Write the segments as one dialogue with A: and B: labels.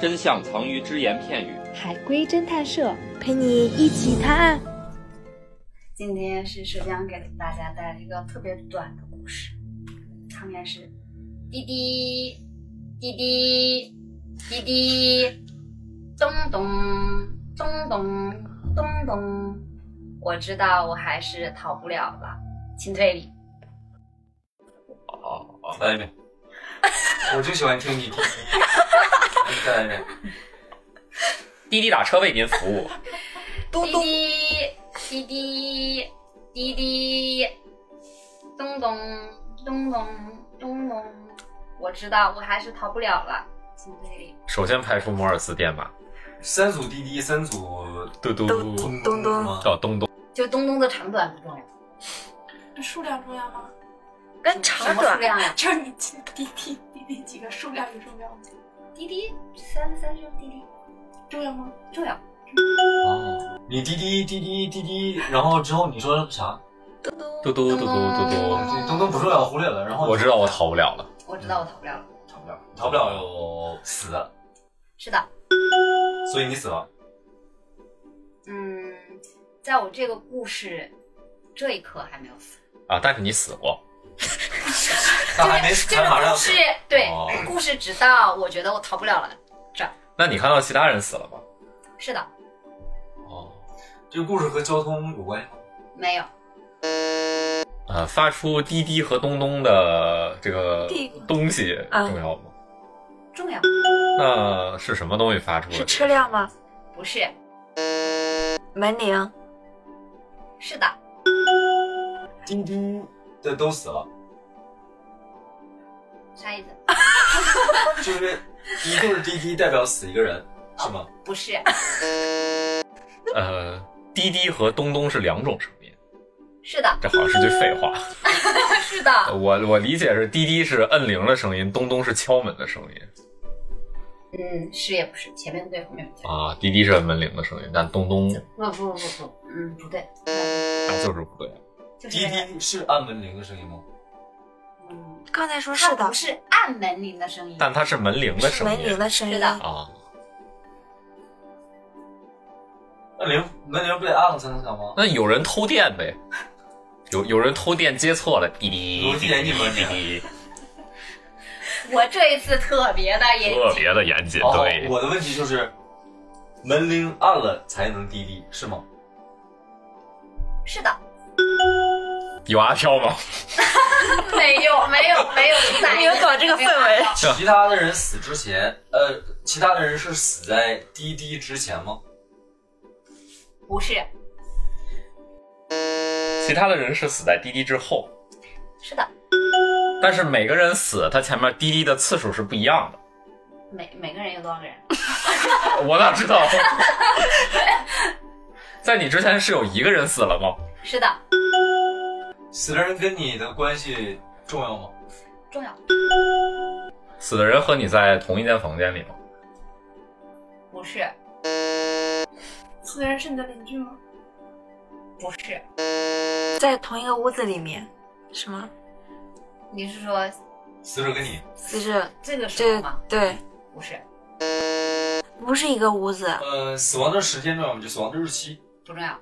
A: 真相藏于只言片语。
B: 海龟侦探社陪你一起探案。
C: 今天是佘江给大家带来一个特别短的故事，场面是滴滴滴滴滴滴咚咚咚咚咚咚，我知道我还是逃不了了，请退礼。
A: 哦哦，
D: 来 一遍，我就喜欢听你滴滴。再来一遍，
E: 滴滴打车为您服务。
C: 滴滴滴滴滴滴，咚咚咚咚咚咚，我知道我还是逃不了了，请退礼。
E: 首先排除摩尔斯电码，
D: 三组滴滴，三组
E: 嘟嘟嘟，
D: 咚咚咚吗？
E: 叫东东。
C: 就东东的长短不重要，
F: 数量重要吗？
G: 跟
C: 什
G: 长
C: 么
G: 短
C: 数量呀？
F: 就是你滴滴滴滴几个数量也重要吗？
C: 滴滴三三声滴滴
F: 重要吗？
C: 重要，
D: 哦，你滴滴滴滴滴滴，然后之后你说啥？
E: 嘟嘟嘟嘟嘟嘟。
D: 这东东不重要，忽略了。然后
E: 我知道我逃不了了。
C: 我知
E: 嗯
C: 道我逃不了了。
D: 逃不了，逃不了有死，
C: 是的，
D: 所以你死了。
C: 嗯，在我这个故事这一刻还没有死，
E: 啊！但是你死过，
D: 他还没死，
C: 这
D: 他
C: 个
D: 马上
C: 故
D: 死
C: 事。对、
D: 哦
C: 故事直到我觉得我逃不了了。
E: 那你看到其他人死了吗？
C: 是的，
D: 哦，这个故事和交通有关系吗？
C: 没有，
E: 呃，发出滴滴和咚咚的这个
G: 滴
E: 东西
G: 啊
E: 重要吗？
C: 重要
E: 那是什么东西发出的？
G: 是车辆吗？
C: 不是，
G: 门铃、
C: 是的，
D: 滴滴的都死 了，
C: 啥 意思？
D: 就是一对滴滴代表死一个人，是吗？
C: 不是，
E: 呃，滴滴和咚咚是两种声音，
C: 是的，
E: 这好像是句废话。呃
C: 是的，
E: 我我理解是滴滴是摁铃的声音，咚咚是敲门的声音
C: 嗯，是也不是，前面对，后面不对，
E: 啊，滴滴是摁门铃的声音，但咚咚
C: 不不不不不，嗯，不对，
E: 啊就是不对。
C: 就是
D: 滴滴是按门铃的声音吗？
C: 嗯，
G: 刚才说
C: 它
G: 是
C: 不
G: 的，
C: 是按门铃的声音，
E: 但它是门铃的
G: 是
E: 声
G: 门
E: 音
G: 铃的声音
C: 是。的
E: 啊。
D: 那铃门铃不得按了才能响吗？
E: 那有人偷电呗，有有人偷电接错了，滴滴
D: 逻
E: 滴
D: 辑严
E: 滴
D: 谨吗
E: 滴滴，
C: 我这一次特别的严
E: 特
C: 谨，
E: 别的严谨，
D: 哦
E: 对，
D: 我的问题就是，门铃按了才能滴滴是吗？
C: 是的，
E: 有阿飘吗？
C: 没有没有没有，你咋
G: 没有搞这个氛围？
D: 其他的人死之前，呃，其他的人是死在滴滴之前吗？
C: 不是，
E: 其他的人是死在滴滴之后，
C: 是的，
E: 但是每个人死，他前面滴滴的次数是不一样的。
C: 每每个人有多少个人？
E: 我哪知道？ 在你之前是有一个人死了吗？
C: 是的，
D: 死的人跟你的关系重要吗？
C: 重要
E: 死的人和你在同一间房间里吗？
C: 不是
F: 死的人是你的邻居吗？
C: 不是，
G: 在同一个屋子里面，是吗？
C: 你是说
D: 死者跟你
G: 就是
C: 这个时
G: 这
C: 候吗？
G: 对，
C: 不是，
G: 不是一个屋子，
D: 呃，死亡的时间重要吗？就死亡的日期。
C: 不重要，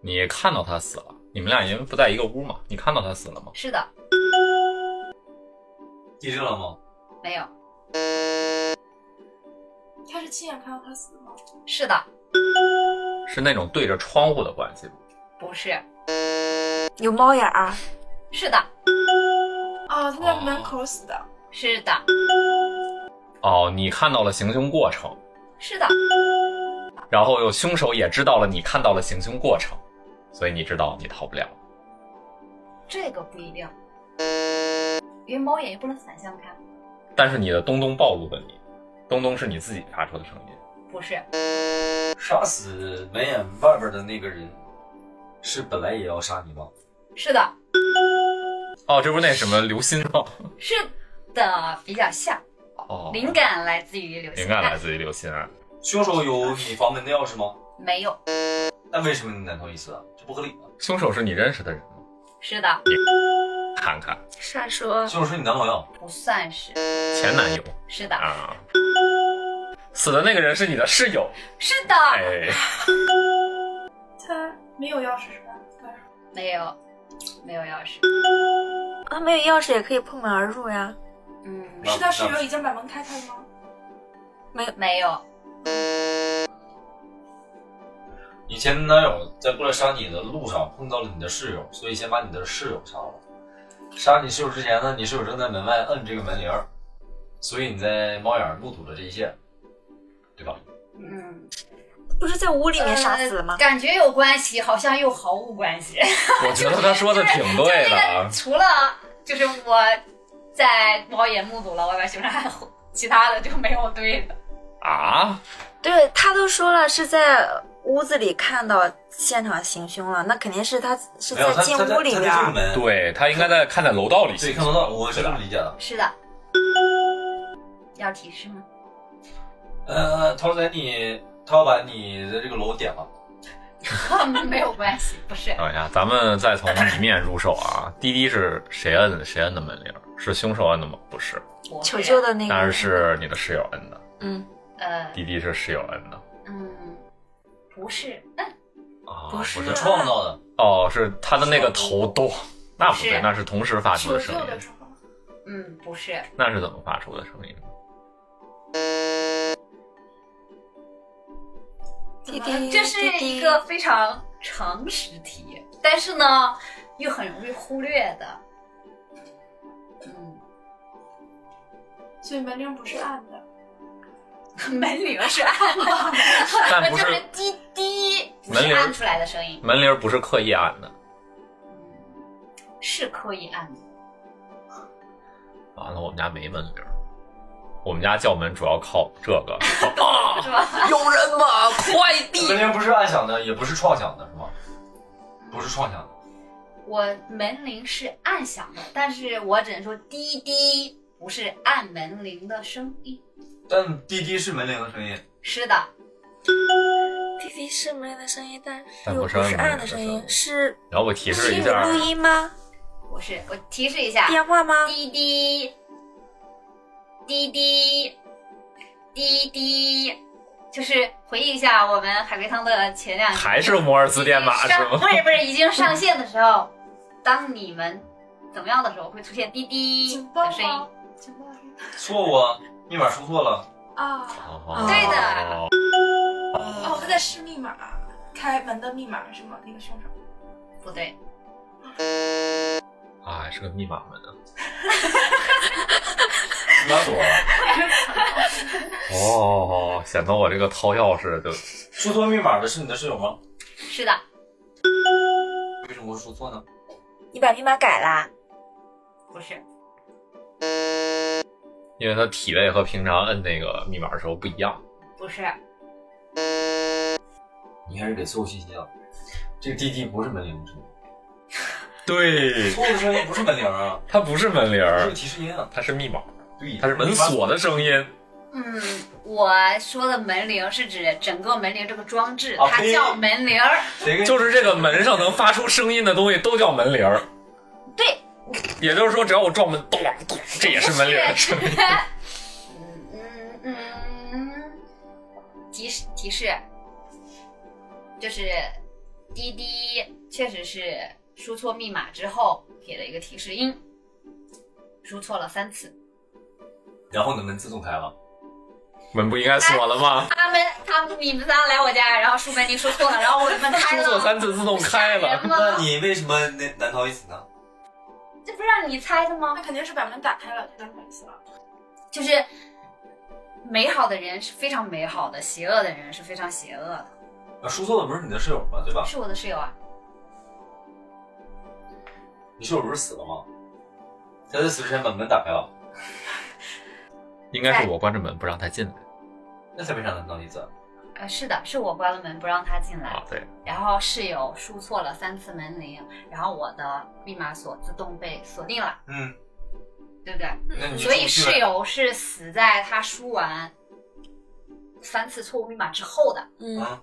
E: 你看到他死了，你们俩因为不在一个屋嘛，你看到他死了吗？
C: 是的，
D: 地震了吗？
C: 没有，
F: 他是亲眼看到他死的吗？
C: 是的，
E: 是那种对着窗户的关系吗？
C: 不是，
G: 有猫眼儿，啊
C: 是的，
F: 哦，他在门口死的。
C: 是的，
E: 哦，你看到了行凶过程，
C: 是的，
E: 然后有凶手也知道了你看到了行凶过程，所以你知道你逃不了。
C: 这个不一定，因为猫眼也不能反向看，
E: 但是你的东东暴露了你，东东是你自己发出的声音。
C: 不是，
D: 杀死门眼外边的那个人，是本来也要杀你吗？
C: 是的，
E: 哦，这不是那什么刘鑫 吗？
C: 是的，比较像，
E: 哦，
C: 灵感来自于流星，
E: 灵感来自于刘鑫啊。
D: 凶手有你房门的钥匙吗？
C: 没有，
D: 那为什么你难逃一死啊？这不合理啊！
E: 凶手是你认识的人吗？
C: 是的，
E: 看看
G: 是啊，说
D: 凶手是你男朋友，
C: 不算是，
E: 前男友
C: 是的，
E: 啊，死的那个人是你的室友，
C: 是的，
E: 哎，
F: 他没有钥匙是吧？他说
C: 没有，没有钥匙。
G: 他啊没有钥匙也可以破门而入呀。
C: 嗯，
D: 那
F: 是他室友已经把门开开了吗？
C: 没有，
D: 你前男友在过来杀你的路上碰到了你的室友，所以先把你的室友杀了。杀你室友之前呢，你室友正在门外摁这个门铃儿，所以你在猫眼儿目睹了这一切，对吧？
C: 嗯，
G: 不是在屋里面杀死的吗
C: 呃？感觉有关系，好像又毫无关系。
E: 我觉得他说的挺对 的
C: 那
E: 啊
C: 个。除了就是我在猫眼目睹了外边凶杀案，其他的就没有对的。
E: 啊，
G: 对他都说了是在屋子里看到现场行凶了，那肯定是他是
D: 没有，
G: 在
D: 他
G: 进
D: 他在
G: 屋里
D: 他
G: 边
D: 在这个
G: 儿。
D: 门，
E: 对他应该在看在楼道里
D: 对，
E: 行
D: 看
E: 凶，
D: 不到，我是这么理解的。
C: 是的。要提示吗？
D: 呃，他在你，他把你的这个楼点了，
C: 没有关系，不是。
E: 等一下，咱们再从里面入手啊。滴滴是谁摁谁摁的门铃？是凶手摁的吗？不是，
C: 我
G: 求
C: 会
G: 救的那个
E: 当然
G: 人，
E: 是你的室友摁的。
G: 嗯，
C: 呃
E: 滴滴是室友摁的。
C: 嗯，不是，嗯，
E: 啊，
G: 不是
E: 是
D: 是创造的。
E: 哦，是他的那个头剁，那不对，
C: 是
E: 那是同时发出
F: 求
E: 的声
F: 救
E: 音
F: 的。时候，
C: 嗯，不是，
E: 那是怎么发出的声音？
G: 滴
F: 怎么
G: 滴，
C: 这是
G: 滴滴
C: 一个非常常识题，但是呢，又很容易忽略的。 嗯，
F: 所以门铃不是按的。
C: 门铃是按的，
E: 但
C: 就
E: 不是
C: 是滴滴，不
E: 门
C: 是
E: 铃
C: 按出来的声音，
E: 门铃不是刻意按的
C: 是刻意按的。
E: 完了，我们家没门铃儿，我们家叫门主要靠这个。啊
C: 是吧？
E: 有人吗？快
D: 门！铃不是暗响的，也不是创响的，是吗？不是创响的，
C: 我门铃是按响的，但是我只能说滴滴不是按门铃的声音。
D: 但滴滴是门铃的声音。
C: 是的，
G: 滴滴是门铃的声音，但是
E: 但
G: 又
E: 不
G: 不
E: 是
G: 是按
E: 按门铃的
G: 的
E: 声
G: 声
E: 音
G: 音，是
E: 然后我提示
G: 是
E: 一下，
G: 录音吗？
C: 不是。我提示一下，
G: 电话吗？
C: 滴滴，滴滴，滴滴，就是回忆一下我们海龟汤的前两集
E: 还是摩尔字典码
C: 已经
E: 是
C: 上
E: 吗
C: 不？是不是，已经上线的时候，当你们怎么样的时候，会出现滴滴
F: 警报
C: 的声音
F: 吗？？警报的声音
D: 错误啊，密码输错了。
F: 啊！
G: 对
C: 的
F: 哦，他在试密码，开门的密码是吗？那个凶手。
C: 不对，
E: 的。啊，是个密码门啊。
D: 密码锁了，
E: 哦，显得我这个掏钥匙就
D: 输错密码的是你的室友吗？
C: 是的，
D: 为什么会输错呢？
G: 你把密码改啦？
C: 不是，
E: 因为它体位和平常摁那个密码的时候不一样。
C: 不是，
D: 你还是给错误信息啊。这个滴滴不是门铃的声音，
E: 对，
D: 错误的声音不是门铃啊，
E: 它不是门铃儿，
D: 是个提示音啊。
E: 它是密码，
D: 对，
E: 它是门锁的声音。
C: 嗯，我说的门铃是指整个门铃这个装置，
E: 哦
D: 啊
C: 它
D: 呸
C: 叫门铃儿。
D: 谁跟你
E: 就是这个门上能发出声音的东西都叫门铃儿。
C: 对，
E: 也就是说，只要我撞门，咚咚，这也是门铃儿 的声音。
C: 嗯嗯嗯，提示提示，就是滴滴确实是输错密码之后给了一个提示音，输错了三次。
D: 然后你的门自动开了。
E: 门不应该锁了吗？
C: 他们他们你们仨来我家，然后输门铃输错了，然后我给门开
E: 出
C: 了，
E: 错三次自动开
C: 吓人
E: 了。
C: 吗
D: 那你为什么难难逃一死呢？
C: 这不是让你猜的吗
F: 那？肯定是把门打开了，就难不好意思了。
C: 就是美好的人是非常美好的，邪恶的人是非常邪恶的。
D: 啊，输错的不是你的室友吗？对吧？
C: 是我的室友啊，
D: 你室友不是死了吗？他在死之前把门打开了，
E: 应该是我关着门不让他进来
D: 那才没啥难逃一啊死。
C: 呃，是的，是我关了门不让他进来
E: 啊。。对，
C: 然后室友输错了三次门铃，然后我的密码锁自动被锁定了，
D: 嗯，
C: 对不对？
D: 那你
C: 所以
D: 出去
C: 室
D: 呗
C: 友是死在他输完三次错误密码之后的，
G: 嗯，
D: 啊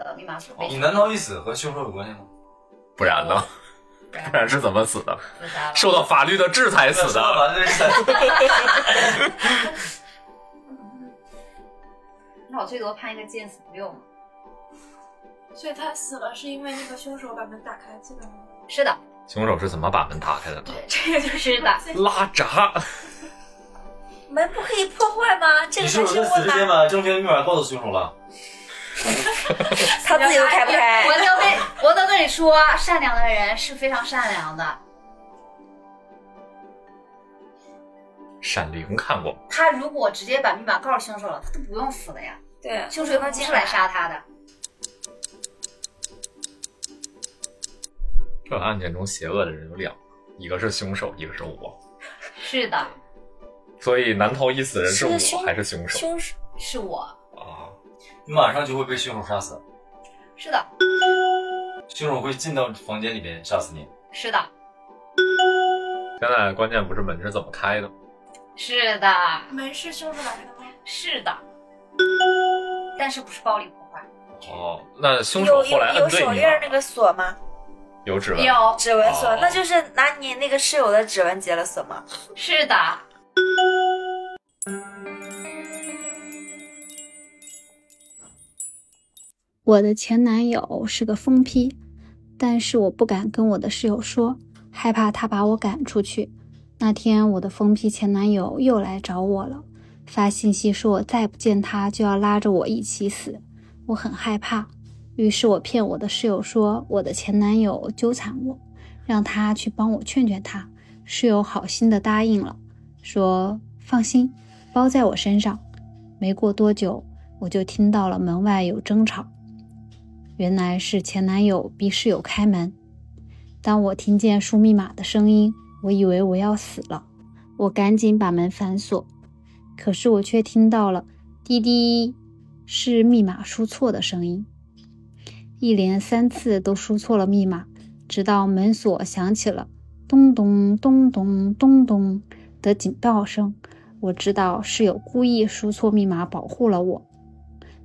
C: 呃，密码锁
E: 哦
C: 被
D: 你难逃一死和凶手有关系吗？
E: 不然呢？ 不然是怎么死的？
C: 自杀了。
E: 受到法律的制裁死
D: 说
E: 的。
D: 完了这是
C: 我最多判一个见死不救嘛。
F: 所以他死了是因为那个凶手把门打开进来了。
C: 是的，
E: 凶手是怎么把门打开的呢？
G: 这个就是
C: 是的，
E: 拉闸，
G: 门不可以破坏吗？这
D: 你
G: 个
D: 是不是
G: 才是
D: 有
G: 我
D: 死之前
G: 拿，
D: 把正确的密码告诉凶手了？
G: 他自己都开不
C: 我
G: 开。
C: 就跟我都跟你说，善良的人是非常善良的。
E: 闪灵看过，
C: 他如果直接把密码告诉凶手了，他都不用死了呀，
G: 对，
C: 凶手又不是进来杀他的。
E: 这个案件中邪恶的人有两个，一个是凶手，一个是我，
C: 是的，
E: 所以难逃一死的人是
G: 是个
E: 我
G: 凶
E: 还是凶手
G: 凶手
C: 是我，
E: 啊？
D: 你马上就会被凶手杀死，
C: 是的，
D: 凶手会进到房间里面杀死你。
C: 是的，
E: 现在关键不是门是怎么开的，
C: 是的，
F: 门是凶手打开的吗？
C: 是的，但是不是暴力破坏？
E: 哦，那凶手
G: 有
E: 后来
G: 有有
E: 摁对
G: 手
E: 你
G: 链那
E: 了，
G: 个锁吗？
E: 有指纹，
C: 有，
G: 指纹锁
E: 哦，
G: 那就是拿你那个室友的指纹解了锁吗？
C: 是的，
H: 我的前男友是个疯批，但是我不敢跟我的室友说，害怕他把我赶出去。那天我的疯批前男友又来找我了，发信息说我再不见他就要拉着我一起死，我很害怕。于是我骗我的室友说我的前男友纠缠我，让他去帮我劝劝他。室友好心的答应了，说放心，包在我身上。没过多久，我就听到了门外有争吵，原来是前男友逼室友开门。当我听见输密码的声音，我以为我要死了，我赶紧把门反锁，可是我却听到了滴滴是密码输错的声音，一连三次都输错了密码，直到门锁响起了咚咚咚咚咚咚的警报声，我知道室友故意输错密码保护了我。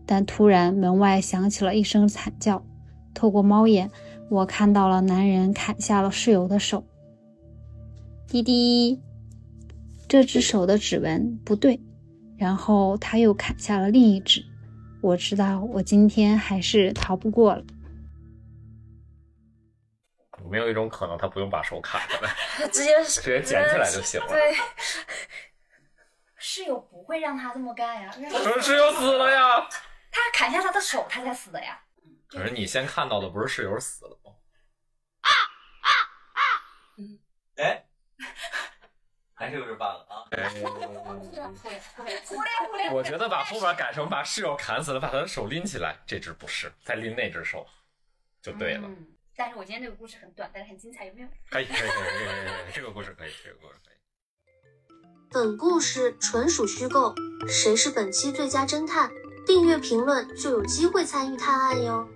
H: 但突然门外响起了一声惨叫，透过猫眼，我看到了男人砍下了室友的手。滴滴，这只手的指纹不对，然后他又砍下了另一只。我知道我今天还是逃不过了。
E: 有没有一种可能他不用把手砍下来，
G: 他直接 是
E: 直接捡起来就行了？
G: 对，
C: 室友不会让他这么干呀，让他
E: 可是室友死了呀！
C: 他砍下他的手，他才死的呀。
E: 可是你先看到的不是室友死 了吗？
D: 哎，还是有点 bug 啊。
C: 会会，忽略忽略。
E: 我觉得把后面改成把室友砍死了，把他的手拎起来，这只不是，再拎那只手，就对了。
C: 嗯但是我今天这个故事很短，但是很精彩，有没有？
E: 可以，可以，可以，可以，可以可以，这个故事可以，这个故事可以。
I: 本故事纯属虚构，谁是本期最佳侦探？订阅评论就有机会参与探案哟。